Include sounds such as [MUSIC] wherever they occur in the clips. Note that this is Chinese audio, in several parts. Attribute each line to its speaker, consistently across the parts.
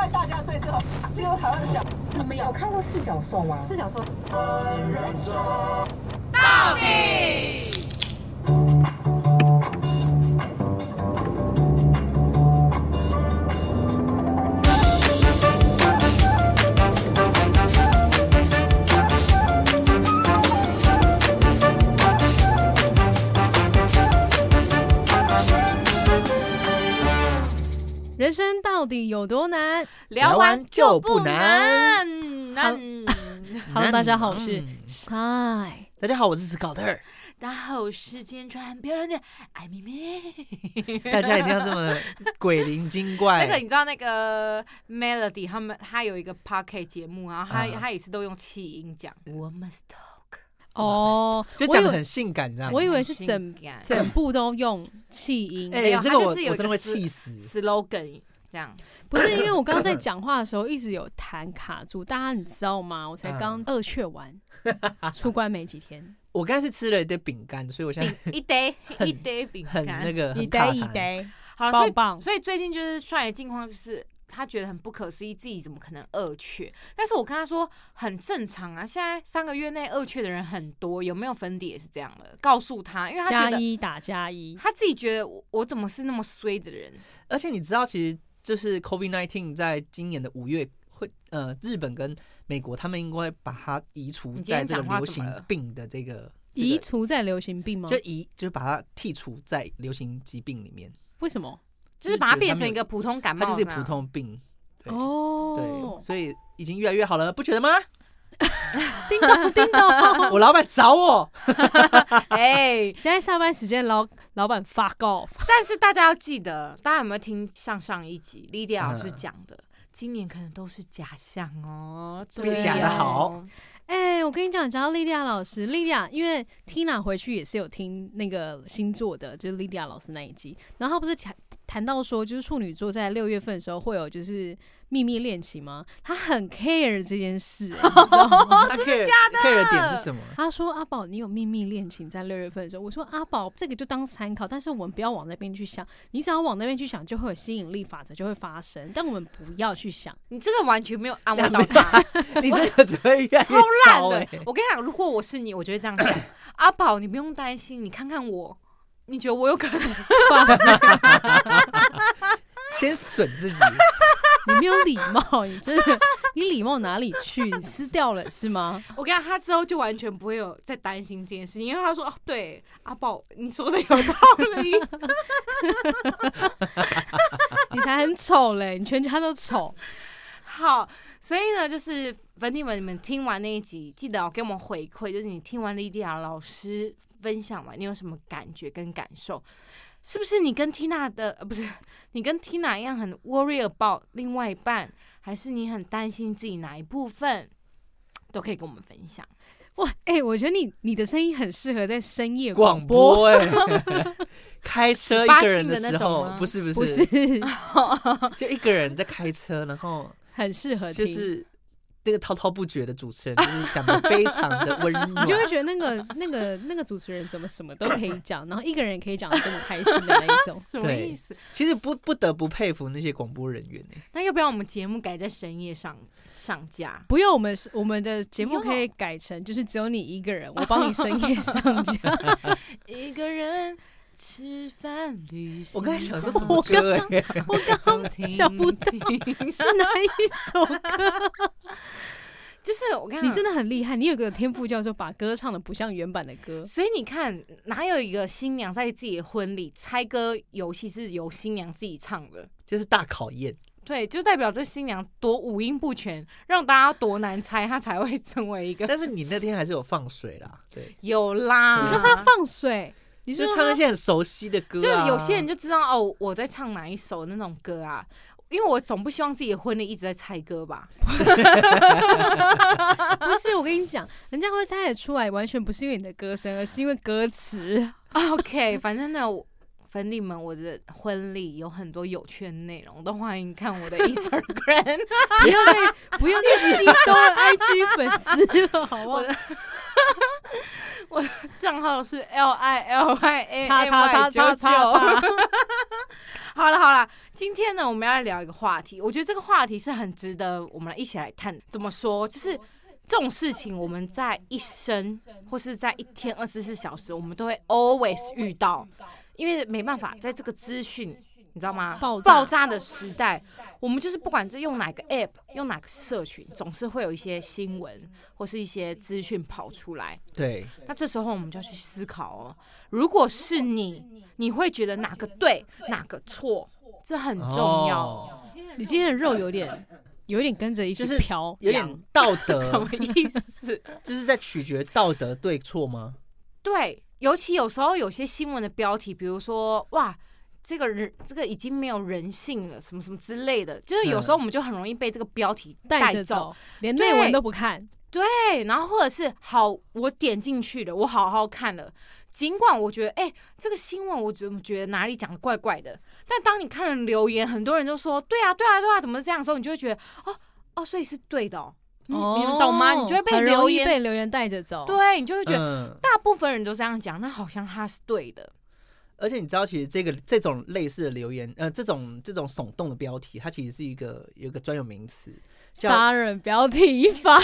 Speaker 1: 最后最后台湾的小
Speaker 2: 你们有看过四角兽吗？
Speaker 1: 四角兽，
Speaker 3: 人生到底有多难？
Speaker 4: 聊完就不难。
Speaker 3: 好
Speaker 4: 嗯
Speaker 3: Hello，大家好我是
Speaker 4: 嗯
Speaker 3: 嗨，
Speaker 4: 大家好，我是史考
Speaker 1: [LAUGHS]
Speaker 4: 特儿。
Speaker 1: 大家好，我是今天穿很漂亮的艾哎咪咪。
Speaker 4: 大家一定要这么鬼灵精怪。
Speaker 1: [LAUGHS] 那个
Speaker 4: 哎、
Speaker 1: 你知道那个 Melody 他们他有一个 Pocket 节目，然后他、
Speaker 4: 啊
Speaker 1: 他也是都用气音讲 We must talk，
Speaker 3: 哦，
Speaker 4: 就讲的很性感这样。
Speaker 3: 我以为
Speaker 1: 很
Speaker 3: 是
Speaker 1: 性
Speaker 3: 整
Speaker 1: 感
Speaker 3: 整部都用气音，
Speaker 4: 哎、
Speaker 1: 没有
Speaker 4: 这
Speaker 1: 它
Speaker 4: 个
Speaker 1: 就
Speaker 4: 我我
Speaker 1: 是有一
Speaker 4: 真
Speaker 1: 个
Speaker 4: 的会
Speaker 1: 思
Speaker 4: 气死。
Speaker 1: slogan 这样。
Speaker 3: 不是因为我刚刚在讲话的时候一直有痰卡住，大家你知道吗？我才
Speaker 4: 嗯
Speaker 3: 刚二雀
Speaker 4: [LAUGHS]
Speaker 3: 完，出关没几天，
Speaker 4: 我刚才是吃了一堆饼干，所以我现在
Speaker 1: 一堆
Speaker 4: [LAUGHS] 很
Speaker 1: 一堆饼
Speaker 4: 很那
Speaker 1: 干。
Speaker 4: 个
Speaker 3: 一
Speaker 4: 很卡
Speaker 3: 呆一
Speaker 4: 痰。
Speaker 3: 呆，
Speaker 1: 好了，所
Speaker 3: 棒
Speaker 1: 以
Speaker 3: 棒。
Speaker 1: 所以最近就是帅的近况，就是他觉得很不可思议，自己怎么可能二缺？但是我跟他说很正常啊，现在三个月内二缺的人很多，有没有粉底也是这样的。告诉他，因为他觉
Speaker 3: 加
Speaker 1: 得
Speaker 3: 一打加一，
Speaker 1: 他自己觉得我我怎么是那么衰的人？
Speaker 4: 而且你知道，其实就是 COVID 1 9在今年的五月会呃，日本跟美国他们应该把它移除
Speaker 1: 你今
Speaker 4: 在
Speaker 1: 天
Speaker 4: 这个
Speaker 1: 讲话
Speaker 4: 流
Speaker 1: 怎么
Speaker 4: 行
Speaker 1: 了
Speaker 4: 病的这个这个
Speaker 3: 移除在流行病吗
Speaker 4: 就？移就把它剔除在流行疾病里面，
Speaker 3: 为什么？
Speaker 1: 就是把它变成一个普通感
Speaker 4: 它
Speaker 1: 冒，啊
Speaker 4: 就是普。通 [LAUGHS] 病。对、
Speaker 3: 哦
Speaker 4: 对，，所以已经越来越好了，不觉得吗？
Speaker 3: 叮咚叮
Speaker 4: [LAUGHS]
Speaker 3: 咚。
Speaker 4: 我老板找
Speaker 1: 哦
Speaker 4: 我，
Speaker 1: 哎，
Speaker 3: 现在下班时间，老老板 fuck off，
Speaker 1: 但是大家要记得，大家有没有听上上一集 Lydia 老师
Speaker 4: 嗯
Speaker 1: 讲的？今年可能都是假象哦，
Speaker 3: 对
Speaker 1: 对
Speaker 3: 假
Speaker 1: 哦
Speaker 3: 的
Speaker 4: 好。
Speaker 3: 哎、我跟你讲，讲到莉莉亚老师，莉莉亚因为 Tina 回去也是有听那个星座的，就是莉莉亚老师那一集，然后她不是谈谈到说，就是处女座在六月份的时候会有就是秘密恋情吗？她很 care 这件事、哎你知道吗？ [LAUGHS]
Speaker 4: 那 care care 的点是什么？
Speaker 3: 她说：“阿宝，你有秘密恋情在六月份的时候。”我说：“阿宝，这个就当参考，但是我们不要往那边去想。你只要往那边去想，就会有吸引力法则就会发生。但我们不要去想。
Speaker 1: 你这个完全没有安慰到他，
Speaker 4: 你这个只会越
Speaker 1: [LAUGHS]
Speaker 4: 来
Speaker 1: 超
Speaker 4: 越
Speaker 1: 烂欸
Speaker 4: 糟哎、
Speaker 1: 的。我跟你讲，如果我是你，我就会这样讲：阿宝，你不用担心，你看看我，你觉得我有可能？ [LAUGHS]
Speaker 4: 先损自己，
Speaker 3: 你没有礼貌，你真的，你礼貌哪里去？你吃掉了是吗？”
Speaker 1: 我跟你讲，他之后就完全不会有再担心这件事情，因为他说：哦，对，阿宝，你说的有道理。
Speaker 3: 你才很丑嘞，你全家都丑。
Speaker 1: 好，所以呢，就是粉底们，你们听完那一集，记得哦，给我们回馈，就是你听完莉迪亚老师分享完，你有什么感觉跟感受？是不是你跟 Tina 的呃，不是你跟 Tina 一样很 worry about 另外一半，还是你很担心自己哪一部分？都可以跟我们分享，
Speaker 3: 哇，哎、我觉得你你的声音很适合在深夜
Speaker 4: [LAUGHS] 广
Speaker 3: 播，
Speaker 4: 播哎、 [LAUGHS] 开车一个人
Speaker 1: 18禁的
Speaker 4: 时
Speaker 1: 那种
Speaker 4: 候
Speaker 1: 吗，。
Speaker 4: 不是不
Speaker 3: 不
Speaker 4: 是
Speaker 3: 是， [LAUGHS]
Speaker 4: 就一个人在开车，然后
Speaker 3: 很适合听。
Speaker 4: 就是那个滔滔不绝的主持人， [LAUGHS] 就是讲的非常的温
Speaker 3: 你
Speaker 4: 暖，
Speaker 3: 就会觉得那个那个那个主持人怎么什么都可
Speaker 4: [LAUGHS]
Speaker 3: 以讲，然后一个人可以讲得这么开心的那一种
Speaker 1: 什么
Speaker 4: 对
Speaker 1: 意思？
Speaker 4: 其实不不得不佩服那些广播人员哎、
Speaker 1: 那要不要我们节目改在深夜上上架？
Speaker 3: 不用，我们是我们的节目
Speaker 1: 不用
Speaker 3: 可以改成就是只有你一个人，我帮你深夜
Speaker 4: [LAUGHS]
Speaker 3: 上架。
Speaker 1: 一个人吃饭旅行。
Speaker 4: 我刚才想说什么歌哎、
Speaker 1: [LAUGHS] 我刚刚
Speaker 3: 想不
Speaker 1: 到，
Speaker 3: 是哪一首
Speaker 4: 啊
Speaker 3: 歌？
Speaker 1: [LAUGHS] 就是我
Speaker 3: [LAUGHS]
Speaker 1: 跟
Speaker 3: 你真
Speaker 1: 的，
Speaker 3: 的很厉害，你有个天赋叫做把歌唱的不像原版的歌。
Speaker 1: 所以你看，哪有一个新娘在自己的婚礼猜歌游戏是由新娘自己唱的？
Speaker 4: 就是大考
Speaker 1: [LAUGHS]
Speaker 4: 验。
Speaker 1: 对，就代表这新娘多五音不全，让大家多难猜，她才会成为一个
Speaker 4: 但是你那天还是有放水啦，对，
Speaker 1: [LAUGHS] 有啦。
Speaker 3: 你说他放水，你
Speaker 4: 啊就是
Speaker 3: 说
Speaker 4: 唱
Speaker 3: 他
Speaker 4: 一些很熟悉的歌、啊，
Speaker 1: 就是有些人就知道哦，我在唱哪一首那种歌啊，因为我总不希望自己的婚礼一直在猜歌吧。
Speaker 3: 不是，我跟你讲，人家会猜得出来，完全不是因为你的歌声，而是因为歌词。
Speaker 1: OK，反正呢，我粉底们，我的婚礼有很多有趣的内容，都欢迎看我的 Instagram。 [LAUGHS]
Speaker 3: 不要再不要再吸收了 IG 粉丝了，好不好
Speaker 1: 我？的 [LAUGHS] 我的哎账号是 L I L I A
Speaker 3: 叉叉叉叉叉叉，
Speaker 1: 好了好了，今天呢，我们要来聊一个话题，我觉得这个话题是很值得我们来一起来探。怎么说？就是这种事情，我们在一生或是在一天二十四小时，我们都会 always 遇到，因为没办法，在这个资讯。你知道吗？
Speaker 3: 爆炸
Speaker 1: 爆炸的时代，我们就是不管是用哪个 app，用哪个社群，总是会有一些新闻或是一些资讯跑出来。
Speaker 4: 对，
Speaker 1: 那这时候我们就要去思考哦，如果是你，你会觉得哪个对，哪个错，这很重要。
Speaker 4: 哦
Speaker 3: 你今天的肉有点有一点跟着一起
Speaker 4: 就是
Speaker 3: 飘，
Speaker 4: 有
Speaker 3: 痒
Speaker 4: 点
Speaker 1: [LAUGHS]
Speaker 4: 道
Speaker 1: 什
Speaker 4: 德
Speaker 1: 么，意思？ [LAUGHS]
Speaker 4: 就是在取决道德对错吗？
Speaker 1: 对，尤其有时候有些新闻的标题，比如说哇。这个人，这个已经没有人性了，什么什么之类的，就是有时候我们就很容易被这个标题
Speaker 3: 带
Speaker 1: 带
Speaker 3: 着
Speaker 1: 走
Speaker 3: 走，连内文都不看，
Speaker 1: 对，然后或者是好，我点进去了，我好好看了。尽管我觉得，哎、这个新闻我怎么觉得哪里讲的怪怪的，但当你看了留言，很多人都说，对啊，对啊，对啊，怎么这样的时候，你就会觉得，哦哦，所以是对的哦，嗯
Speaker 3: 哦
Speaker 1: 你们懂吗？你就会被
Speaker 3: 很容
Speaker 1: 留
Speaker 3: 易
Speaker 1: 言，
Speaker 3: 被留言带着走。，
Speaker 1: 对你就会觉得，
Speaker 4: 嗯，
Speaker 1: 大部分人都这样讲，那好像他是对的，
Speaker 4: 而且你知道，其实这个这种类似的留言，呃，这种这种耸动的标题，它其实是一个有一个专有名词，叫
Speaker 3: 杀人不要体
Speaker 1: [LAUGHS]
Speaker 3: 罚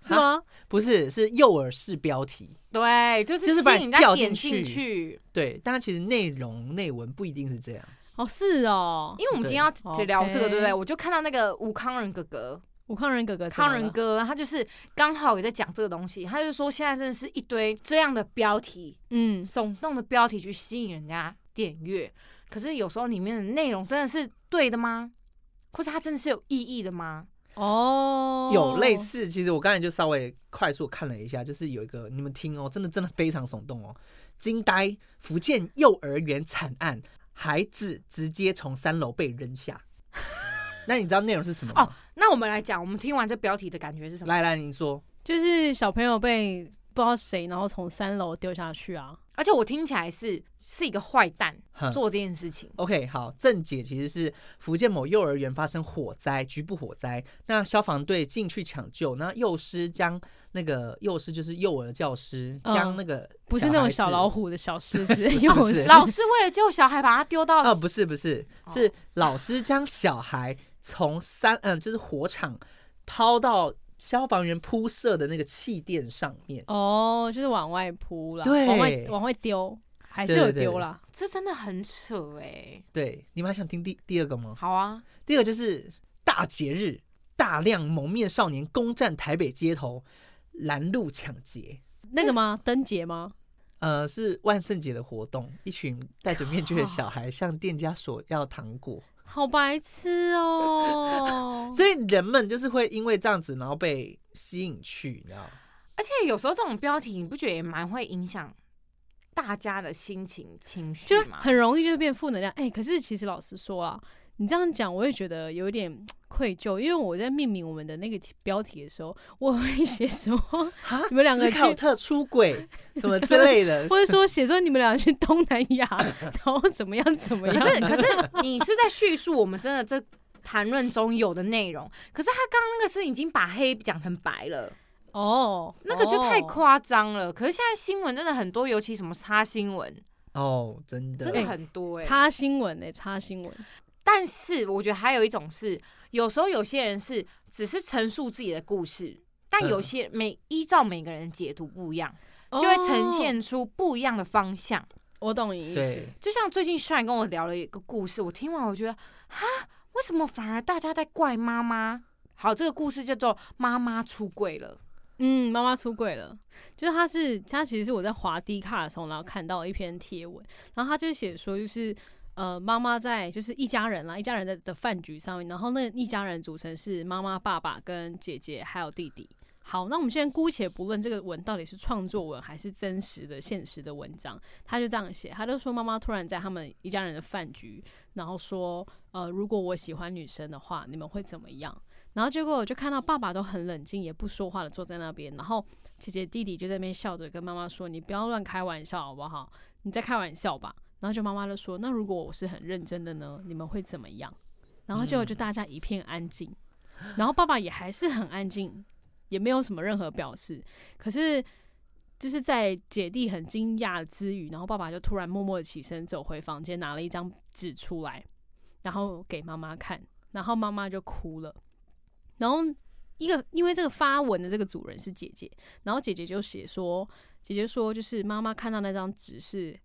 Speaker 3: 是吗？
Speaker 4: 不是是诱饵式标题。
Speaker 1: 对，就是
Speaker 4: 就是把
Speaker 1: 吸
Speaker 4: 你
Speaker 1: 引人家
Speaker 4: 吊
Speaker 1: 点
Speaker 4: 进
Speaker 1: 进
Speaker 4: 去
Speaker 1: 去。
Speaker 4: 对，但它其实内容内文不一定是这样。
Speaker 3: 哦，是哦，
Speaker 1: 因为我们今天
Speaker 3: 对
Speaker 1: 要聊这个，对不对？
Speaker 3: OK
Speaker 1: 我就看到那个武康人哥哥，
Speaker 3: 武康人哥哥怎么
Speaker 1: 康
Speaker 3: 了，
Speaker 1: 仁哥，他就是刚好也在讲这个东西，他就说现在真的是一堆这样的标题，
Speaker 3: 嗯，
Speaker 1: 耸动的标题去吸引人家点阅，可是有时候里面的内容真的是对的吗？或者它真的是有意义的吗？
Speaker 3: 哦，
Speaker 4: 有类似，其实我刚才就稍微快速看了一下，就是有一个你们听哦，真的真的非常耸动哦，惊呆！福建幼儿园惨案，孩子直接从三楼被
Speaker 1: [LAUGHS]
Speaker 4: 扔下。那你知道内容是什么吗？
Speaker 1: 那我们来讲，我们听完这标题的感觉是什么？
Speaker 4: 来来，您说，
Speaker 3: 就是小朋友被不知道谁，然后从三楼丢下去啊。
Speaker 1: 而且我听起来是是一个坏蛋
Speaker 4: 哼
Speaker 1: 做这件事情，
Speaker 4: OK，好，正解其实是福建某幼儿园发生火灾，局部火灾，那消防队进去抢救，那幼师将那个幼师就是幼儿教师，
Speaker 3: 嗯
Speaker 4: 将那个
Speaker 3: 不是那种小老
Speaker 4: 虎
Speaker 3: 虎的小狮
Speaker 4: [LAUGHS]
Speaker 3: 子，
Speaker 4: 是
Speaker 3: 又
Speaker 4: 不是
Speaker 1: [LAUGHS] 老师为了救小孩把他丢到
Speaker 4: 啊，不是不是，
Speaker 1: 哦
Speaker 4: 是老师将小孩从三嗯、就是火场抛到消防员铺设的那个气垫上面。
Speaker 3: 哦，就是往外扑啦，
Speaker 4: 对
Speaker 3: 往外往外丢，还是
Speaker 4: 对
Speaker 3: 有
Speaker 4: 对对
Speaker 3: 丢啦。
Speaker 1: 这真的很扯哎、
Speaker 4: 对，你们还想听第第二个吗？
Speaker 1: 好啊，
Speaker 4: 第二个就是大节日，大量蒙面少年攻占台北街头，拦路抢劫。
Speaker 3: 那个吗？灯节吗？
Speaker 4: 呃，是万圣节的活动，一群戴着面具的小孩向店家索要糖果，！
Speaker 3: 好白痴哦
Speaker 4: [LAUGHS] 所以人们就是会因为这样子，然后被吸引去，你知道吗？
Speaker 1: 而且有时候这种标题，你不觉得也蛮会影响大家的心情情绪
Speaker 3: 就
Speaker 1: 吗？
Speaker 3: 很容易就变负能量。哎、可是其实老实说啊，你这样讲，我也觉得有一点愧疚，因为我在命名我们的那个题标题的时候，我会写
Speaker 4: [LAUGHS]
Speaker 3: 说，
Speaker 4: 哈
Speaker 3: 你们两个
Speaker 4: 斯考
Speaker 3: 去
Speaker 4: 特出
Speaker 3: [LAUGHS]
Speaker 4: 轨什么之类的，
Speaker 3: 或者说写说你们俩去东南亚， [LAUGHS] 然后怎么样怎么
Speaker 1: [LAUGHS] 可
Speaker 3: 样。
Speaker 1: 是可是你是在叙述我们真的这谈论中有的内容，可是他刚刚那个是已经把黑讲成白了，
Speaker 3: 哦，
Speaker 1: 那个就太
Speaker 3: 哦
Speaker 1: 夸张了。可是现在新闻真的很多，尤其什么插新闻，
Speaker 4: 哦，真的，
Speaker 1: 真的很多哎、
Speaker 3: 插新闻呢、插新闻。
Speaker 1: 但是我觉得还有一种是，有时候有些人是只是陈述自己的故事，但
Speaker 4: 嗯
Speaker 1: 有些每依照每个人解读不一样，
Speaker 3: 哦
Speaker 1: 就会呈现出不一样的方向。
Speaker 3: 我懂你意思
Speaker 4: 对。，
Speaker 1: 就像最近帅跟我聊了一个故事，我听完我觉得，哈，为什么反而大家在怪妈妈？好，这个故事叫做“妈妈出柜了
Speaker 3: 嗯，妈妈出柜了，就是她是她其实是我在滑 D 卡的时候，然后看到一篇贴文，然后她就写说就是。呃，妈妈在就是一家人啦，一家人在的饭局上面，然后那一家人组成是妈妈、爸爸跟姐姐还有弟弟。好，那我们现在姑且不论这个文到底是创作文还是真实的、现实的文章，他就这样写，他就说妈妈突然在他们一家人的饭局，然后说，呃，如果我喜欢女生的话，你们会怎么样？然后结果我就看到爸爸都很冷静，也不说话的坐在那边，然后姐姐弟弟就在那边笑着跟妈妈说：“你不要乱开玩笑好不好？你在开玩笑吧。”然后就妈妈就说：“那如果我是很认真的呢，你们会怎么样？”然后结果就大家一片安静，然后爸爸也还是很安静，也没有什么任何表示。可是就是在姐弟很惊讶之余，然后爸爸就突然默默的起身走回房间，拿了一张纸出来，然后给妈妈看，然后妈妈就哭了。然后一个因为这个发文的这个主人是姐姐，然后姐姐就写说，姐姐说就是妈妈看到那张纸是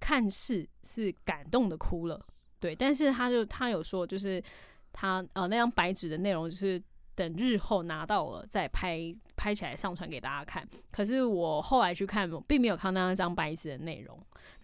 Speaker 3: 看似是感动的哭了，对，但是她就她有说就是她呃那张白纸的内容就是。等日后拿到了再拍拍起来上传给大家看。可是我后来去看，我并没有看到那张白纸的内容。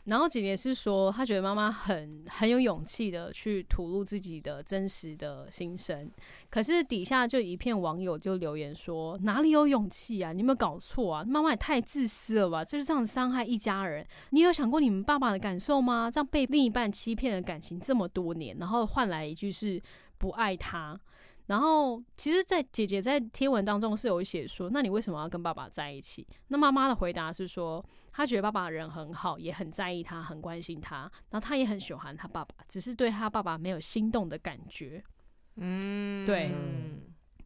Speaker 3: 然后姐姐是说，她觉得妈妈很很有勇气的去吐露自己的真实的心声，可是底下就一片网友就留言说：“哪里有勇气啊？你有没有搞错啊？妈妈也太自私了吧！就是这样伤害一家人。你有想过你们爸爸的感受吗？这样被另一半欺骗了感情这么多年，然后换来一句是不爱他。”然后，其实，在姐姐在贴文当中是有写说，那你为什么要跟爸爸在一起？那妈妈的回答是说，她觉得爸爸人很好，也很在意他，很关心他，然后她也很喜欢她爸爸，只是对她爸爸没有心动的感觉。
Speaker 1: 嗯，
Speaker 3: 对
Speaker 1: 嗯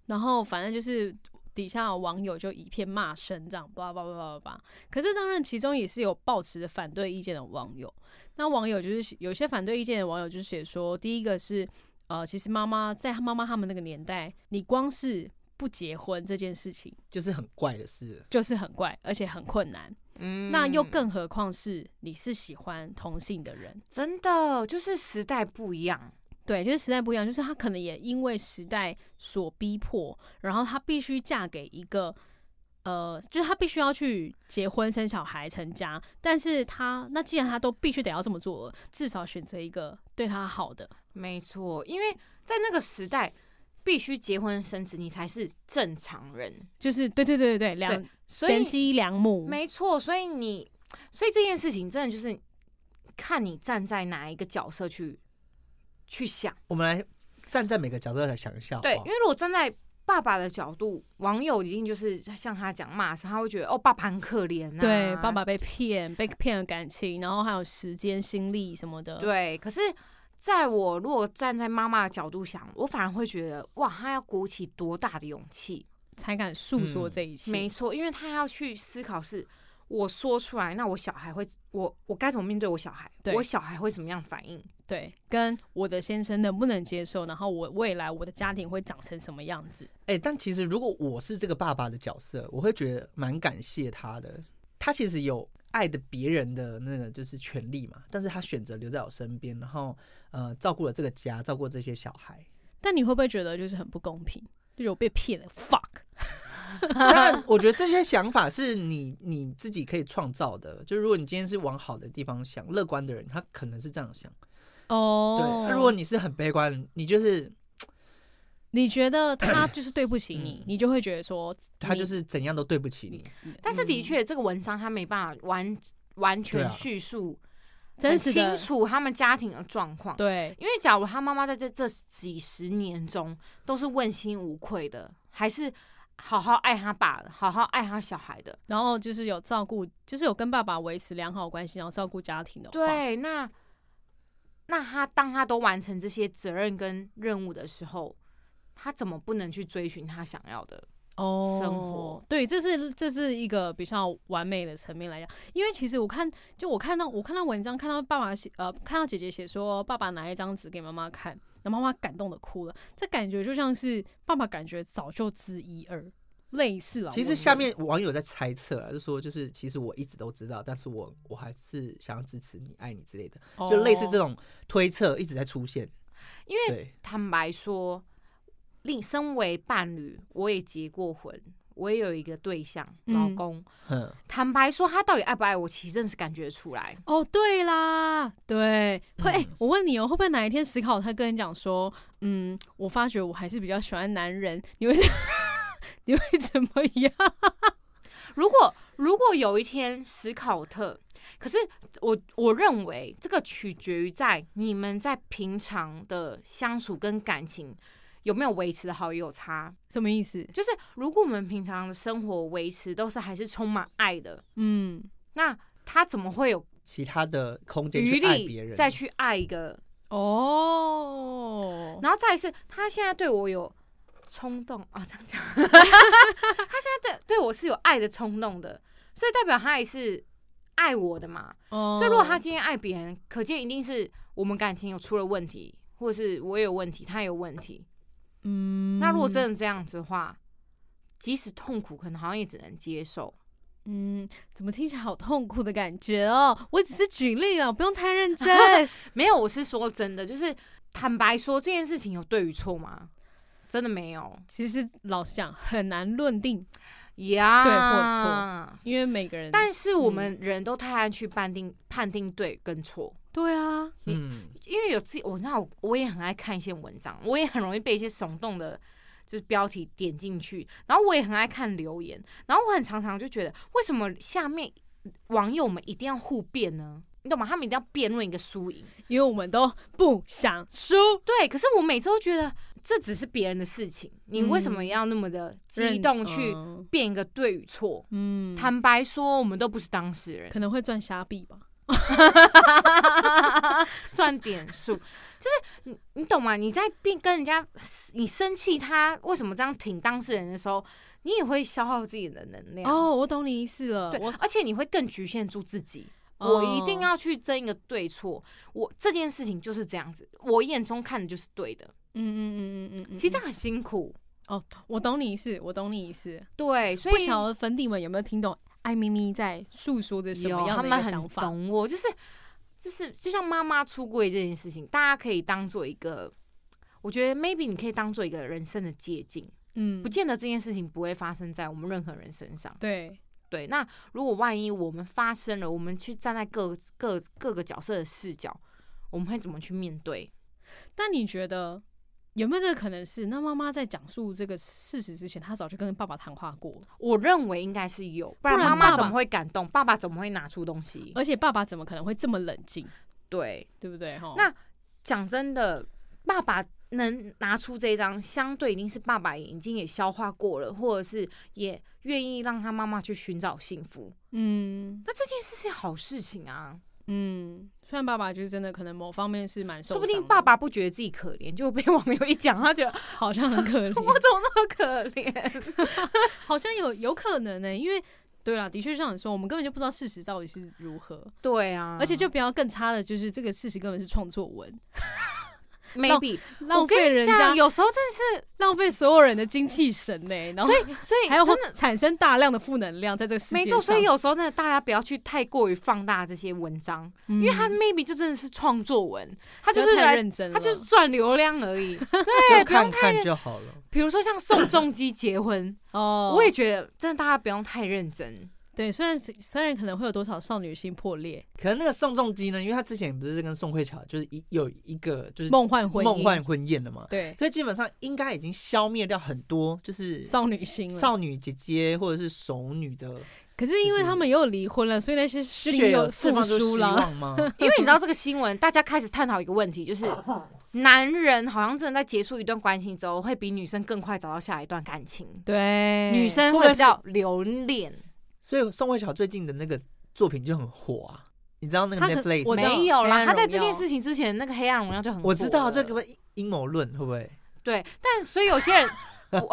Speaker 3: 然后反正就是底下网友就一片骂声，这样叭叭叭叭叭。可是当然，其中也是有抱持反对意见的网友。那网友就是有些反对意见的网友就写说，第一个是呃，其实妈妈在妈妈他们那个年代，你光是不结婚这件事情
Speaker 4: 就是很怪的事。
Speaker 3: 就是很怪，而且很困难。
Speaker 1: 嗯
Speaker 3: 那又更何况是你是喜欢同性的人。
Speaker 1: 真的就是时代不一样，
Speaker 3: 对，就是时代不一样，就是她可能也因为时代所逼迫，然后她必须嫁给一个，呃，就是她必须要去结婚、生小孩、成家。但是她那既然她都必须得要这么做了，至少选择一个对她好的。
Speaker 1: 没错，因为在那个时代，必须结婚生子，你才是正常人。
Speaker 3: 就是对对对对对，两
Speaker 1: 所以
Speaker 3: 贤妻良母，
Speaker 1: 没错，所以你，所以这件事情真的就是看你站在哪一个角色去去想。
Speaker 4: 我们来站在每个角度来想一下，
Speaker 1: 对，因
Speaker 4: 好不好
Speaker 1: 为如果站在爸爸的角度，网友一定就是像他讲骂声，他会觉得哦，爸爸很可怜啊，
Speaker 3: 对爸爸被骗，被骗了感情，然后还有时间、心力什么的。
Speaker 1: 对。可是，在我如果站在妈妈的角度想，我反而会觉得哇，他要鼓起多大的勇气？
Speaker 3: 才敢诉说
Speaker 4: 嗯
Speaker 3: 这一切。
Speaker 1: 没错，因为他要去思考是。我说出来，那我小孩会，我我该怎么面对我小孩？
Speaker 3: 对
Speaker 1: 我小孩会怎么样反应？
Speaker 3: 对，跟我的先生能不能接受，然后我未来我的家庭会长成什么样子？
Speaker 4: 哎、但其实如果我是这个爸爸的角色，我会觉得蛮感谢他的。他其实有爱的别人的那个就是权利嘛，但是他选择留在我身边，然后呃照顾了这个家，照顾这些小孩。
Speaker 3: 但你会不会觉得就是很不公平？就是我被骗了，fuck！
Speaker 4: 当然，我觉得这些想法是你你自己可以创造的。就是如果你今天是往好的地方想，乐观的人他可能是这样想。对，
Speaker 3: 哦
Speaker 4: 那、如果你是很悲观，你就是
Speaker 3: 你觉得他就是对不起你
Speaker 4: 嗯，
Speaker 3: 你就会觉得说
Speaker 4: 他就
Speaker 3: 你
Speaker 4: 是怎样都对不起你
Speaker 3: 你。
Speaker 1: 但是
Speaker 3: 嗯
Speaker 1: 的确，这个文章他没办法完完
Speaker 4: 对
Speaker 1: 全
Speaker 4: 啊
Speaker 1: 叙述、
Speaker 3: 嗯真
Speaker 1: 很
Speaker 3: 实
Speaker 1: 清
Speaker 3: 的
Speaker 1: 楚他们家庭的状况。
Speaker 3: 对
Speaker 1: 因为假如他妈妈在这这几十年中都是问心无愧的，还是好好爱他爸的，好好爱他小孩的，
Speaker 3: 然后就是有照顾，就是有跟爸爸维持良好关系，然后照顾家庭的话，
Speaker 1: 对，那那他当他都完成这些责任跟任务的时候，他怎么不能去追寻他想要的？
Speaker 3: 哦，
Speaker 1: 生活
Speaker 3: 对，这是这是一个比较完美的层面来讲，因为其实我看，就我看到我看到文章，看到爸爸写，呃，看到姐姐写说爸爸拿一张纸给妈妈看，那妈妈感动的哭了，这感觉就像是爸爸感觉早就知一二，类似了。
Speaker 4: 其
Speaker 3: 我
Speaker 4: 实下面网友在猜测啊，就说就是其实我一直都知道，但是我我还是想要支持你、爱你之类的，
Speaker 3: 哦
Speaker 4: 就类似这种推测一直在出现。
Speaker 1: 因为
Speaker 4: 对，
Speaker 1: 坦白说，另身为伴侣，我也结过婚，我也有一个对象，
Speaker 3: 嗯
Speaker 1: 老公。
Speaker 4: 嗯，
Speaker 1: 坦白说，他到底爱不爱我，其实真的是感觉得出来。
Speaker 3: 哦，对啦，对，会、欸
Speaker 4: 嗯
Speaker 3: 我问你哦，会不会哪一天思考他跟你讲说，嗯，我发觉我还是比较喜欢男人，你会 [LAUGHS] 你会怎么样？ [LAUGHS]
Speaker 1: 如果如果有一天史考特，可是我我认为这个取决于在你们在平常的相处跟感情有没有维持的好也有差。
Speaker 3: 什么意思？
Speaker 1: 就是如果我们平常的生活维持都是还是充满爱的，
Speaker 3: 嗯。
Speaker 1: 那他怎么会有
Speaker 4: 其他的空间
Speaker 1: 余
Speaker 4: 去爱别
Speaker 1: 力
Speaker 4: 人，
Speaker 1: 再去爱一个？
Speaker 3: 哦，
Speaker 1: 然后再一次，他现在对我有冲动 [LAUGHS] 啊，这样讲，他现在对对我是有爱的冲动的，所以代表他也是爱我的嘛。
Speaker 3: 哦
Speaker 1: 所以如果他今天爱别人，可见一定是我们感情有出了问题，或是我有问题，他有问题。
Speaker 3: 嗯，
Speaker 1: 那如果真的这样子的话，即使痛苦，可能好像也只能接受。
Speaker 3: 嗯，怎么听起来好痛苦的感觉哦？我只是举例了，不用太认真。
Speaker 1: [LAUGHS] 没有，我是说真的，就是坦白说这件事情有对与错吗？真的没有
Speaker 3: 其实老实讲，很难论定，
Speaker 1: 呀
Speaker 3: 对因为每个人，
Speaker 1: 但是我们人都太爱去判定判定对跟错，
Speaker 3: 对啊，
Speaker 4: 嗯，
Speaker 1: 因为有自己，我那我我也很爱看一些文章，我也很容易被一些耸动的，就是标题点进去，然后我也很爱看留言，然后我很常常就觉得，为什么下面网友们一定要互辩呢？你懂吗？他们一定要辩论一个输赢。
Speaker 3: 因为我们都不想输，
Speaker 1: 对，可是我每次都觉得这只是别人的事情，你为什么要那么的激
Speaker 3: 嗯认
Speaker 1: 动去
Speaker 3: 嗯
Speaker 1: 辩一个对与错？
Speaker 3: 嗯，他
Speaker 1: 坦白说，我们都不是当事人，
Speaker 3: 可能会赚虾币吧。
Speaker 1: [LAUGHS] 赚点数，就是你你懂吗？你在变跟人家，你生气他为什么这样挺当事人的时候，你也会消耗自己的能量。
Speaker 3: 哦，我懂你意思了。
Speaker 1: 啊对
Speaker 3: 我，
Speaker 1: 而且你会更局限住自己。
Speaker 3: 哦
Speaker 1: 我一定要去争一个对错，我这件事情就是这样子，我眼中看的就是对的。
Speaker 3: 嗯嗯嗯嗯嗯嗯，
Speaker 1: 其实这样很辛苦，
Speaker 3: 哦，我懂你意思，我懂你意思。
Speaker 1: 对，所
Speaker 3: 不
Speaker 1: 以
Speaker 3: 晓得粉底们有没有听懂艾咪咪在诉说的什
Speaker 1: 有
Speaker 3: 么样
Speaker 1: 他
Speaker 3: 的一
Speaker 1: 们
Speaker 3: 个
Speaker 1: 很
Speaker 3: 想法？
Speaker 1: 懂我，就是就是，就像妈妈出柜这件事情，大家可以当做一个，我觉得 maybe 你可以当做一个人生的借鉴，
Speaker 3: 嗯
Speaker 1: 不，见得这件事情不会发生在我们任何人身上。
Speaker 3: 对，
Speaker 1: 对，那如果万一我们发生了，我们去站在各各各个角色的视角，我们会怎么去面对？
Speaker 3: 但你觉得有没有这个可能是？那妈妈在讲述这个事实之前，她早就跟爸爸谈话过了，
Speaker 1: 我认为应该是有，不
Speaker 3: 然
Speaker 1: 然
Speaker 3: 爸
Speaker 1: 妈妈
Speaker 3: 爸呃
Speaker 1: 怎么会感动？爸爸怎么会拿出东西？
Speaker 3: 而且爸爸怎么可能会这么冷静？
Speaker 1: 对，
Speaker 3: 对不对？哈，
Speaker 1: 那讲真的，爸爸能拿出这一张，相对一定是爸爸已经也消化过了，或者是也愿意让他妈妈去寻找幸福。
Speaker 3: 嗯
Speaker 1: 那这件事是好事情啊，
Speaker 3: 嗯，虽然爸爸就是真的可能某方面是蛮受
Speaker 1: 说
Speaker 3: 伤
Speaker 1: 不
Speaker 3: 的，
Speaker 1: 定爸爸不觉得自己可怜，就被网友一讲，他觉得
Speaker 3: 好像很可
Speaker 1: [LAUGHS] 我
Speaker 3: 怜，
Speaker 1: 怎么那么可怜？
Speaker 3: 好像有有可能呢、因为。对啦，的确像你说，我们根本就不知道事实到底是如何，
Speaker 1: [LAUGHS] 对啊，
Speaker 3: 而且就不要更差的，就是这个事实根本是创作文，
Speaker 1: maybe
Speaker 3: 浪费人
Speaker 1: 这
Speaker 3: 家
Speaker 1: 样，有时候真的
Speaker 3: 浪费所有人的精气神呢、然后
Speaker 1: 是，所以
Speaker 3: 还有
Speaker 1: 真的。
Speaker 3: 产生大量的负能量在这个世界
Speaker 1: 没
Speaker 3: 上。
Speaker 1: 错，所以有时候真的大家不要去太过于放大这些文章，
Speaker 3: 嗯，
Speaker 1: 因为他 maybe 就真的是创作文，他
Speaker 3: 他
Speaker 1: 就是来
Speaker 3: 认真了，
Speaker 1: 他就是赚流量而已。对，
Speaker 4: 就
Speaker 1: 不用
Speaker 4: 看
Speaker 1: 太
Speaker 4: 看
Speaker 1: 认。
Speaker 4: 就好了。
Speaker 1: 比如说像宋仲基结婚，
Speaker 3: 哦，
Speaker 1: 我也觉得真的大家不用太认真。
Speaker 3: 对，虽然虽然可能会有多少少女心破裂，
Speaker 4: 可能那个宋仲基呢，因为他之前不是跟宋慧乔就是一有一个就是
Speaker 3: 梦幻婚姻
Speaker 4: 梦幻婚宴了嘛，
Speaker 3: 对
Speaker 4: 所以基本上应该已经消灭掉很多就是
Speaker 3: 少女心了。
Speaker 4: 少女姐姐或者是熟女的，
Speaker 3: 可是因为他们也有离婚了，所以那些
Speaker 4: 就
Speaker 3: 心
Speaker 4: 觉得
Speaker 3: 又
Speaker 4: 有释
Speaker 3: 复
Speaker 4: 放出
Speaker 3: 苏
Speaker 4: 希
Speaker 3: 了。
Speaker 4: 望吗？
Speaker 1: 因为你知道这个新闻，大家开始探讨一个问题，就是 [LAUGHS] 男人好像真的在结束一段关系之后，会比女生更快找到下一段感情，
Speaker 3: 对，
Speaker 1: 女生会比较留恋。
Speaker 4: 所以宋慧乔最近的那个作品就很火啊，你知道那个
Speaker 3: 她可
Speaker 4: Netflix
Speaker 3: 我知道
Speaker 1: 没有
Speaker 3: 黑暗荣耀
Speaker 1: 啦，他在这件事情之前，那个《黑暗荣耀》就很火
Speaker 4: 我知道
Speaker 1: 了
Speaker 4: 这个阴谋论会不会？
Speaker 1: 对，但所以有
Speaker 4: [LAUGHS]
Speaker 1: 些人。我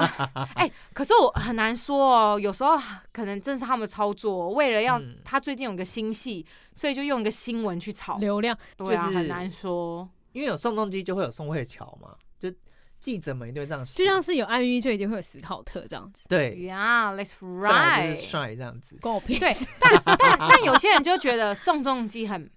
Speaker 1: 哎、可是我很难说哦，有时候可能正是他们操作，为了要
Speaker 4: 嗯
Speaker 1: 他最近有个新戏，所以就用一个新闻去炒，
Speaker 3: 流量，
Speaker 1: 对啊，
Speaker 4: 就是
Speaker 1: 很难说。
Speaker 4: 因为有宋仲基就会有宋慧乔嘛，就记者们一定会这样写，
Speaker 3: 就像是有暗喻，就一定会有史考特这样子，
Speaker 4: 对，
Speaker 1: Yeah, that's
Speaker 4: 再来就是
Speaker 1: right。
Speaker 4: 帅这样子。
Speaker 3: 关我屁事
Speaker 1: 对，啊但但但有些人就觉得宋仲基很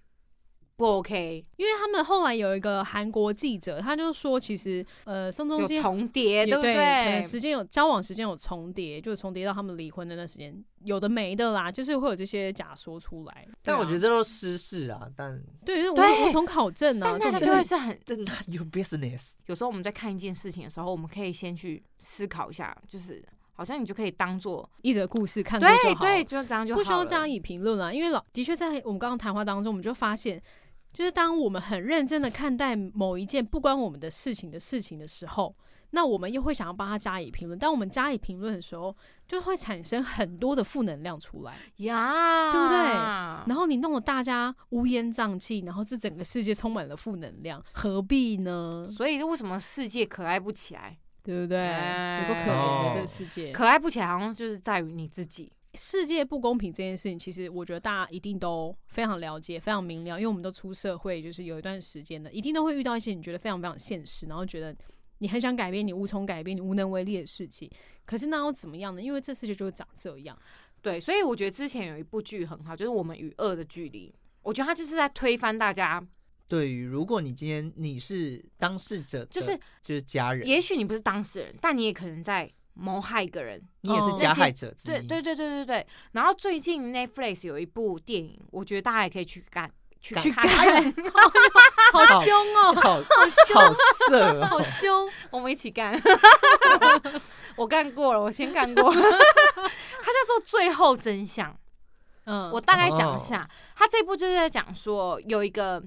Speaker 1: 不 OK，
Speaker 3: 因为他们后来有一个韩国记者，他就说，其实呃，宋仲
Speaker 1: 有
Speaker 3: 基
Speaker 1: 重叠，
Speaker 3: 也
Speaker 1: 不
Speaker 3: 对？可能
Speaker 1: 对？
Speaker 3: 时间有交往时间有重叠，就是重叠到他们离婚的那时间，有的没的啦，就是会有这些假说出来。
Speaker 4: 但我觉得
Speaker 3: 得，
Speaker 4: 这都是私事啊，但
Speaker 3: 对，我
Speaker 1: 对
Speaker 3: 无从考证啊，
Speaker 1: 但
Speaker 3: 这
Speaker 1: 大家
Speaker 3: 种
Speaker 1: 就
Speaker 4: 这
Speaker 1: 会
Speaker 3: 东西
Speaker 1: 是很
Speaker 4: 但 [LAUGHS] not your business。
Speaker 1: 有时候我们在看一件事情的时候，我们可以先去思考一下，就是好像你就可以当做
Speaker 3: 一则故事看过就
Speaker 1: 对
Speaker 3: 好，
Speaker 1: 对，就这样就
Speaker 3: 不需
Speaker 1: 好
Speaker 3: 要
Speaker 1: 了
Speaker 3: 加以评论啦。因为老的确在我们刚刚谈话当中，我们就发现，就是当我们很认真的看待某一件不关我们的事情的事情的时候。那我们又会想要帮他加以评论，当我们加以评论的时候，就会产生很多的负能量出来。
Speaker 1: 呀，
Speaker 3: 对不然后你弄得大家乌烟瘴气，然后这整个世界充满了负能量，何必呢？
Speaker 1: 所以为什么世界可爱不起来？
Speaker 3: 对不对？有
Speaker 1: 哎
Speaker 3: 个可怜的
Speaker 4: 哦
Speaker 3: 这个世界，
Speaker 1: 可爱不起来，好像就是在于你自己。
Speaker 3: 世界不公平这件事情，其实我觉得大家一定都非常了解、非常明了，因为我们都出社会，就是有一段时间的，一定都会遇到一些你觉得非常非常现实，然后觉得你很想改变、你无从改变、你无能为力的事情。可是那又怎么样呢？因为这世界就是长这样。
Speaker 1: 对，所以我觉得之前有一部剧很好，就是《我们与恶的距离》，我觉得它就是在推翻大家，
Speaker 4: 对于如果你今天你是当事者的，
Speaker 1: 就是
Speaker 4: 就是家人，
Speaker 1: 也许你不是当事人，但你也可能在谋害一个人。
Speaker 4: 你也是
Speaker 3: 哦
Speaker 4: 加
Speaker 1: 那些
Speaker 4: 害者之
Speaker 1: 对
Speaker 4: 一。
Speaker 1: 对对对对对。然后最近 Netflix 有一部电影，我觉得大家也可以去看，去哎
Speaker 4: 干
Speaker 1: [LAUGHS] 看。
Speaker 3: 好凶哦，
Speaker 1: [LAUGHS]
Speaker 4: 好
Speaker 3: 好
Speaker 4: 好
Speaker 3: 凶，
Speaker 4: 色
Speaker 3: 好
Speaker 4: 哦！
Speaker 3: 凶！
Speaker 1: 我们一起干。 [LAUGHS] 我干过了，我先干 [LAUGHS] 过了。它叫做《最后真相》，
Speaker 3: 嗯，
Speaker 1: 我大概讲一下。它这部就是在讲说有一个。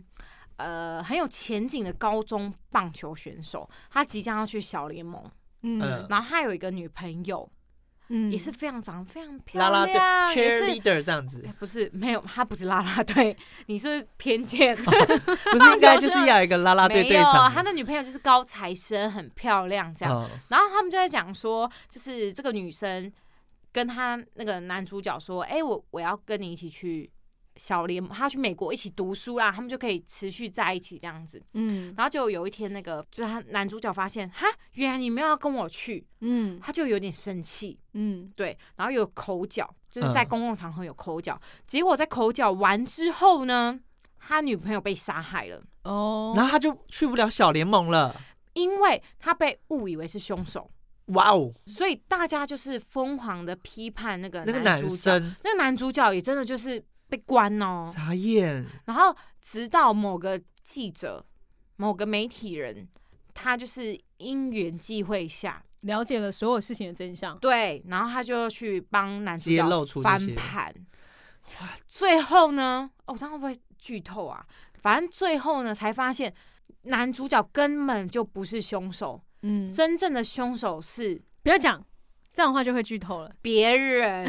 Speaker 1: 呃，很有前景的高中棒球选手，他即将要去小联盟，
Speaker 3: 嗯
Speaker 1: 然后他有一个女朋友，
Speaker 3: 嗯
Speaker 1: 也是非常长得非常漂
Speaker 4: 啦啦
Speaker 1: 亮，
Speaker 4: 队
Speaker 1: 也是
Speaker 4: cheerleader 这
Speaker 1: [LAUGHS]
Speaker 4: 样子
Speaker 1: 哎，不是没有，他不是啦啦队，你是不是偏见。
Speaker 4: 不是应该就是要有一个啦啦队
Speaker 1: 没
Speaker 4: 队
Speaker 1: 有，啊
Speaker 4: 长吗？
Speaker 1: 他的女朋友就是高材生，很漂亮这样。
Speaker 4: 哦
Speaker 1: 然后他们就在讲说，就是这个女生跟她那个男主角说：“哎、我我要跟你一起去小联，他去美国一起读书啦，他们就可以持续在一起这样子。”
Speaker 3: 嗯
Speaker 1: 然后就有一天，那个就是他男主角发现，哈，原来你没有要跟我去，
Speaker 3: 嗯
Speaker 1: 他就有点生气，
Speaker 3: 嗯
Speaker 1: 对，然后有口角，就是在
Speaker 4: 嗯
Speaker 1: 公共场合有口角。结果在口角完之后呢，他女朋友被杀害了。
Speaker 3: 哦，
Speaker 4: 然后他就去不了小联盟了。
Speaker 1: 因为他被误以为是凶手，
Speaker 4: 哇哦，
Speaker 1: 所以大家就是疯狂的批判那个
Speaker 4: 那个
Speaker 1: 男
Speaker 4: 男
Speaker 1: 主角，
Speaker 4: 生
Speaker 1: 那个男主角也真的就是被关哦。
Speaker 4: 傻眼，
Speaker 1: 然后直到某个记者、某个媒体人，他就是因缘际会下，
Speaker 3: 了解了所有事情的真相。
Speaker 1: 对，然后他就去帮男主
Speaker 4: 揭露
Speaker 1: 角
Speaker 4: 出
Speaker 1: 翻
Speaker 4: 这些
Speaker 1: 盘。最后呢，哦，我这样会不会剧透啊？反正最后呢，才发现男主角根本就不是凶手，
Speaker 3: 嗯，
Speaker 1: 真正的凶手是
Speaker 3: 不要讲，这样的话就会剧透了。
Speaker 1: 别
Speaker 4: [LAUGHS]
Speaker 1: 人，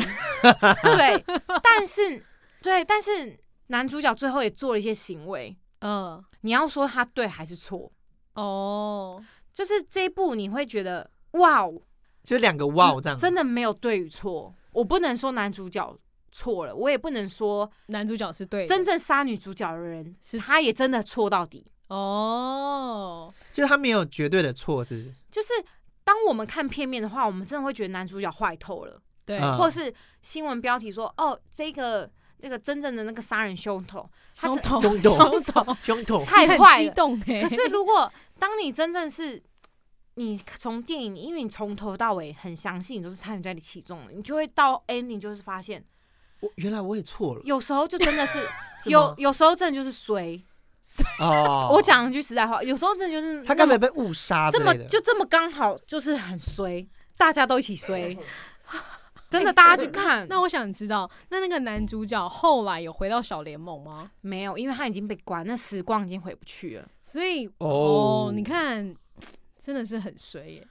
Speaker 1: 对，但是对，但是男主角最后也做了一些行为，
Speaker 3: 嗯，
Speaker 1: 你要说他对还是错，
Speaker 3: 哦，
Speaker 1: 就是这一部你会觉得哇哦，
Speaker 4: 就两个哇哦这样，
Speaker 1: 真的没有对与错，我不能说男主角错了，我也不能说
Speaker 3: 男主角是对的，
Speaker 1: 真正杀女主角的人
Speaker 3: 是
Speaker 1: 他也真的错到底，
Speaker 3: 哦，
Speaker 4: 就是他没有绝对的错，是不是？
Speaker 1: 就是当我们看片面的话，我们真的会觉得男主角坏透了。
Speaker 3: 对，
Speaker 4: 嗯
Speaker 1: 或是新闻标题说哦，这个那个真正的那个杀人凶
Speaker 4: [LAUGHS]
Speaker 1: 手，他
Speaker 3: 胸
Speaker 1: 是
Speaker 3: 口，
Speaker 4: 胸
Speaker 3: 胸
Speaker 4: 口
Speaker 1: 哦
Speaker 3: 口，
Speaker 4: 胸口
Speaker 1: 太
Speaker 3: 你很
Speaker 1: 坏
Speaker 3: 激
Speaker 4: [LAUGHS]
Speaker 1: 了
Speaker 3: 动哎。
Speaker 1: 可是如果当你真正是你从电影，因为你从头到尾很详细，你都是参与在其中的，你就会到 ending 就是发现，
Speaker 4: 我原来我也错了
Speaker 1: [LAUGHS] 有时候就真的是
Speaker 4: [LAUGHS] 是
Speaker 1: 有
Speaker 4: 吗
Speaker 1: 有时候真的就是衰。
Speaker 4: 哦。
Speaker 1: 我讲一句实在话，有时候真的就是
Speaker 4: 他
Speaker 1: 那
Speaker 4: 根
Speaker 1: 么
Speaker 4: 本被误杀啊之
Speaker 1: 这么
Speaker 4: 类的，
Speaker 1: 就这么刚好就是很衰，大家都一起 [LAUGHS] 衰，真的大家去看。
Speaker 3: 那我想知道，那那个男主角后来有回到小联盟吗？
Speaker 1: 没有，因为他已经被关，那时光已经回不去了。
Speaker 3: 所以
Speaker 4: 哦
Speaker 3: 哦，你看，真的是很衰耶。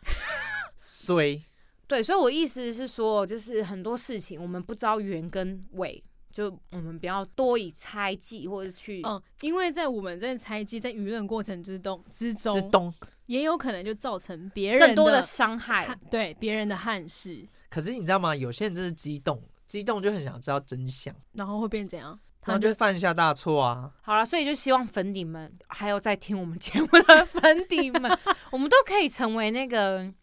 Speaker 4: 衰
Speaker 1: 对，所以我意思是说，就是很多事情我们不知道原跟尾，就我们不要多以猜忌或者去。
Speaker 3: 嗯，因为在我们在猜忌、在舆论过程之中之
Speaker 4: 之
Speaker 3: 中，
Speaker 4: 东。
Speaker 3: 也有可能就造成别人
Speaker 1: 更多的伤害
Speaker 3: 憾，对别人的憾事，
Speaker 4: 可是你知道吗？有些人真是激动，激动就很想知道真相，
Speaker 3: 然后会变怎样？
Speaker 4: 然后就会犯下大错啊。
Speaker 1: 好了，所以就希望粉底们，还有在听我们节目的粉底们， [LAUGHS] 我们都可以成为那个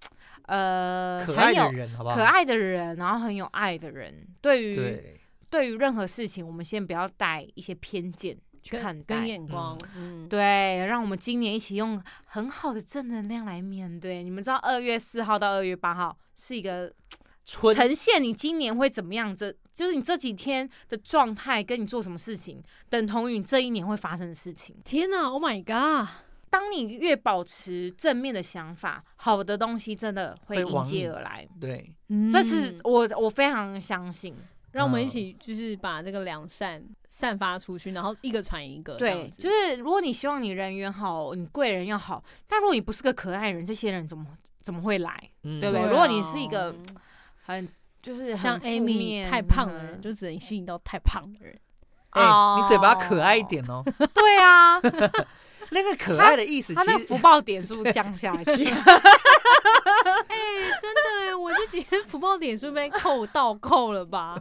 Speaker 1: 呃
Speaker 4: 可爱
Speaker 1: 很有
Speaker 4: 的人，好不好？
Speaker 1: 可爱的人，然后很有爱的人。对于
Speaker 4: 对，
Speaker 1: 对于任何事情，我们先不要带一些偏见去
Speaker 3: 跟
Speaker 1: 看
Speaker 3: 跟
Speaker 1: 待。
Speaker 3: 眼光，嗯，
Speaker 1: 对，让我们今年一起用很好的正能量来面对。你们知道，二月四号到二月八号是一个
Speaker 4: 春
Speaker 1: 呈现你今年会怎么样这就是你这几天的状态，跟你做什么事情，等同于你这一年会发生的事情。
Speaker 3: 天哪，Oh my god！
Speaker 1: 当你越保持正面的想法，好的东西真的会
Speaker 4: 会
Speaker 1: 迎
Speaker 4: 往
Speaker 1: 接
Speaker 4: 你
Speaker 1: 而来。
Speaker 4: 对，
Speaker 3: 嗯
Speaker 1: 这是我我非常相信。
Speaker 3: 让我们一
Speaker 4: 嗯
Speaker 3: 起就是把这个良善散发出去，然后一个传一个，这
Speaker 1: 对
Speaker 3: 样，子
Speaker 1: 就是如果你希望你人缘好，你贵人要好，但如果你不是个可爱人，这些人怎么怎么会来？
Speaker 4: 嗯
Speaker 1: 对不
Speaker 3: 对
Speaker 1: 对哦
Speaker 3: 啊
Speaker 1: 如果你是一个很就是很
Speaker 3: 像
Speaker 1: 负
Speaker 3: Amy
Speaker 1: 面
Speaker 3: 太胖的人，
Speaker 1: 嗯
Speaker 3: 就只能吸引到太胖的人。
Speaker 4: 哎、你嘴巴可爱一
Speaker 1: 哦
Speaker 4: 点
Speaker 1: [LAUGHS]
Speaker 4: 哦。
Speaker 1: [LAUGHS] 对啊，
Speaker 4: 那个可爱的意
Speaker 1: [LAUGHS]
Speaker 4: 思，
Speaker 1: 他
Speaker 4: 其
Speaker 1: 那个
Speaker 4: 实
Speaker 1: [LAUGHS] 福报点数降下去。
Speaker 3: 哎，真的哎，我这几天福报点是被扣倒扣了 [LAUGHS] 吧？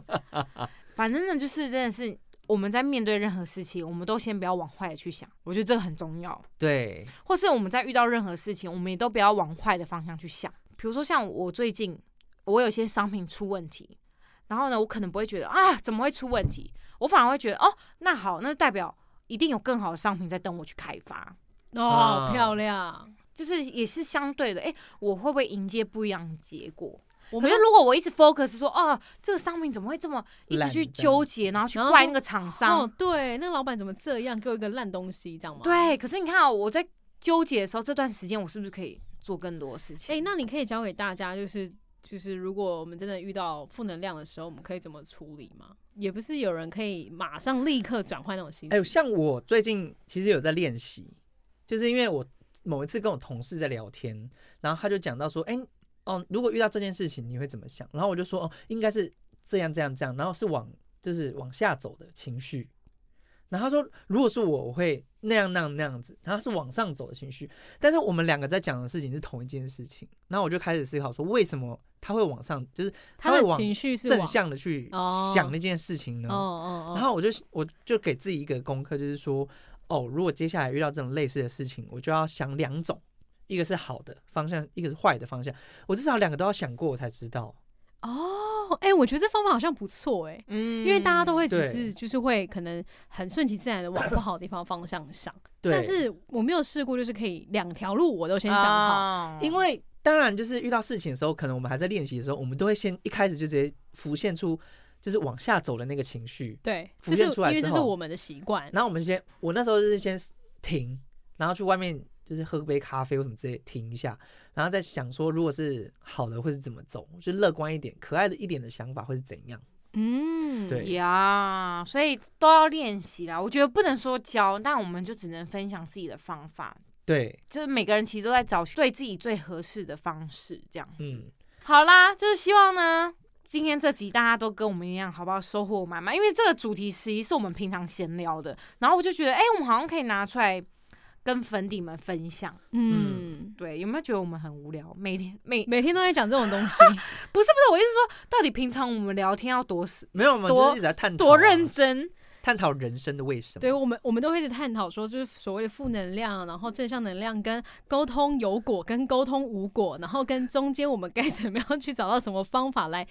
Speaker 1: 反正呢，就是真的是我们在面对任何事情，我们都先不要往坏的去想，我觉得这个很重要。
Speaker 4: 对，
Speaker 1: 或是我们在遇到任何事情，我们也都不要往坏的方向去想。比如说像我最近，我有一些商品出问题，然后呢，我可能不会觉得啊怎么会出问题，我反而会觉得哦，那好，那代表一定有更好的商品在等我去开发，
Speaker 3: 哦，
Speaker 4: 啊
Speaker 3: 好漂亮！
Speaker 1: 就是也是相对的，哎、我会不会迎接不一样的结果？
Speaker 3: 我
Speaker 1: 可
Speaker 3: 们
Speaker 1: 是如果我一直 focus 说哦，这个商品怎么会这么一直
Speaker 4: 烂
Speaker 1: 去
Speaker 4: 这样
Speaker 1: 纠结，然后去
Speaker 3: 然后
Speaker 1: 怪
Speaker 3: 说
Speaker 1: 那个厂商
Speaker 3: 哦，，对，那个老板怎么这样，给我一个烂东西，这样吗？。
Speaker 1: 对，可是你看、哦，我在纠结的时候，这段时间我是不是可以做更多的事情？
Speaker 3: 哎、那你可以教给大家，就是就是，如果我们真的遇到负能量的时候，我们可以怎么处理吗？也不是有人可以马上立刻转换那种心
Speaker 4: 哎、
Speaker 3: 情。
Speaker 4: 呦，像我最近其实有在练习，就是因为我某一次跟我同事在聊天，然后他就讲到说，哎、哦，如果遇到这件事情，你会怎么想？然后我就说，哦，应该是这样这样这样，然后是往就是往下走的情绪。然后他说，如果是我，我会那样那样那样子，然后是往上走的情绪。但是我们两个在讲的事情是同一件事情，然后我就开始思考说，为什么他会往上，就是
Speaker 3: 他
Speaker 4: 会
Speaker 3: 的
Speaker 4: 往
Speaker 3: 情绪是
Speaker 4: 正
Speaker 3: 往
Speaker 4: 向的去
Speaker 3: 哦
Speaker 4: 想那件事情呢？
Speaker 3: 哦哦哦，
Speaker 4: 然后我就我就给自己一个功课，就是说，哦，如果接下来遇到这种类似的事情，我就要想两种，一个是好的方向，一个是坏的方向。我至少两个都要想过，我才知道。
Speaker 3: 哦，哎、我觉得这方法好像不错哎、
Speaker 1: 嗯
Speaker 3: 因为大家都会只
Speaker 4: 对
Speaker 3: 是就是会可能很顺其自然的往不好的地方方向
Speaker 4: [CLEARS THROAT]
Speaker 3: 想，
Speaker 4: 对，
Speaker 3: 但是我没有试过，就是可以两条路我都先想
Speaker 4: 啊
Speaker 3: 好。
Speaker 1: 好
Speaker 4: 因为当然就是遇到事情的时候，可能我们还在练习的时候，我们都会先一开始就直接浮现出就是往下走的那个情绪，
Speaker 3: 对，
Speaker 4: 浮
Speaker 3: 这是
Speaker 4: 现出来
Speaker 3: 因为
Speaker 4: 之
Speaker 3: 这是
Speaker 4: 后
Speaker 3: 我们的习惯。
Speaker 4: 然后我们先，我那时候就是先停，然后去外面就是喝杯咖啡或什么之类停一下，然后再想说，如果是好的会是怎么走，就乐观一点、可爱的一点的想法会是怎样？
Speaker 3: 嗯，
Speaker 4: 对
Speaker 1: 呀所以都要练习啦。我觉得不能说教，但我们就只能分享自己的方法。
Speaker 4: 对，
Speaker 1: 就是每个人其实都在找对自己最合适的方式，这样子。
Speaker 4: 嗯，
Speaker 1: 好啦，就是希望呢，今天这集大家都跟我们一样，好不好？收获满满，因为这个主题其实是我们平常闲聊的，然后我就觉得，哎、我们好像可以拿出来跟粉底们分享。
Speaker 3: 嗯，
Speaker 1: 对，有没有觉得我们很无聊？每天每
Speaker 3: 每天都在讲这种东西，
Speaker 1: 不是不是，我意思说，到底平常我们聊天要多死
Speaker 4: 没有，我们
Speaker 1: 多
Speaker 4: 就是一直在探讨啊、
Speaker 1: 多认真？
Speaker 4: 探讨人生的为什么。
Speaker 3: 对我们我们都会一直探讨说，就是所谓的负能量，然后正向能量跟沟通有果，跟沟通无果，然后跟中间我们该怎么样去找到什么方法来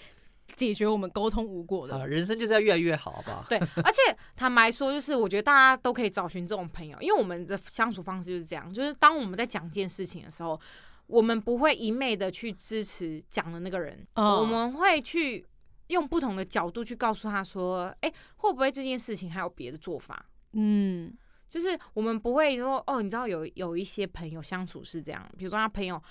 Speaker 3: 解决我们沟通无果
Speaker 4: 啊，
Speaker 3: 的。
Speaker 4: 人生就是要越来越好，好不好？
Speaker 1: 对， [LAUGHS] 而且坦白说，就是我觉得大家都可以找寻这种朋友，因为我们的相处方式就是这样，就是当我们在讲一件事情的时候，我们不会一昧的去支持讲的那个人，
Speaker 3: 哦
Speaker 1: 我们会去用不同的角度去告诉他说，哎、会不会这件事情还有别的做法？
Speaker 3: 嗯，
Speaker 1: 就是我们不会说哦，你知道有有一些朋友相处是这样，比如说他朋友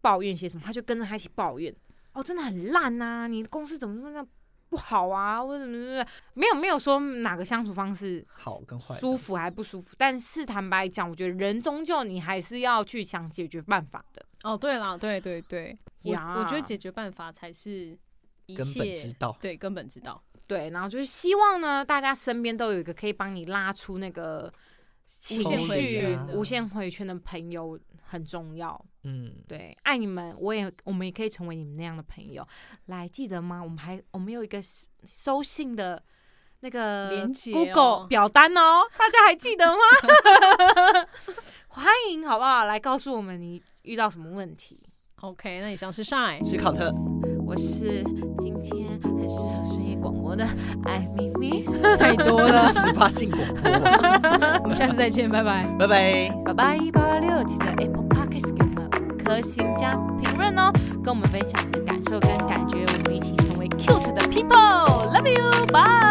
Speaker 1: 抱怨些什么，他就跟着他一起抱怨，哦，真的很烂呐、你的公司怎么这么不好啊，或者怎么怎么，没有没有说哪个相处方式
Speaker 4: 好跟坏，
Speaker 1: 舒。服还不舒服，但是坦白讲，我觉得人终究你还是要去想解决办法的。
Speaker 3: 哦，对啦，对对对，我
Speaker 1: 呀
Speaker 3: 我觉得解决办法才是一
Speaker 4: 根本之
Speaker 3: 切
Speaker 4: 道，
Speaker 3: 对根本之道。
Speaker 1: 对，然后就是希望呢，大家身边都有一个可以帮你拉出那个情
Speaker 3: 限回
Speaker 1: 绪
Speaker 3: 圈的
Speaker 1: 无限回圈的朋友很重要。
Speaker 4: 嗯，
Speaker 1: 对，爱你们，我也我们也可以成为你们那样的朋友。来，记得吗？我们还我们有一个收收信的那个
Speaker 3: 连结
Speaker 1: Google
Speaker 3: 哦
Speaker 1: 表单哦，大家还记得吗？ [LAUGHS] 欢迎，好不好？来告诉我们你遇到什么问题。
Speaker 3: OK，那以上是 Shine，
Speaker 4: [LAUGHS] 史考特，
Speaker 1: 我是今天很适合深夜广播的艾咪咪，
Speaker 3: 太多
Speaker 4: 这
Speaker 3: 了，
Speaker 4: 是十八禁广播，
Speaker 3: 我们下次再见，拜拜。
Speaker 4: 拜拜。
Speaker 1: 拜拜一八八六，记得 Apple Podcast 给我们五颗星加评论哦，跟我们分享你的感受跟感觉，我们一起成为 cute 的 people，love you，bye。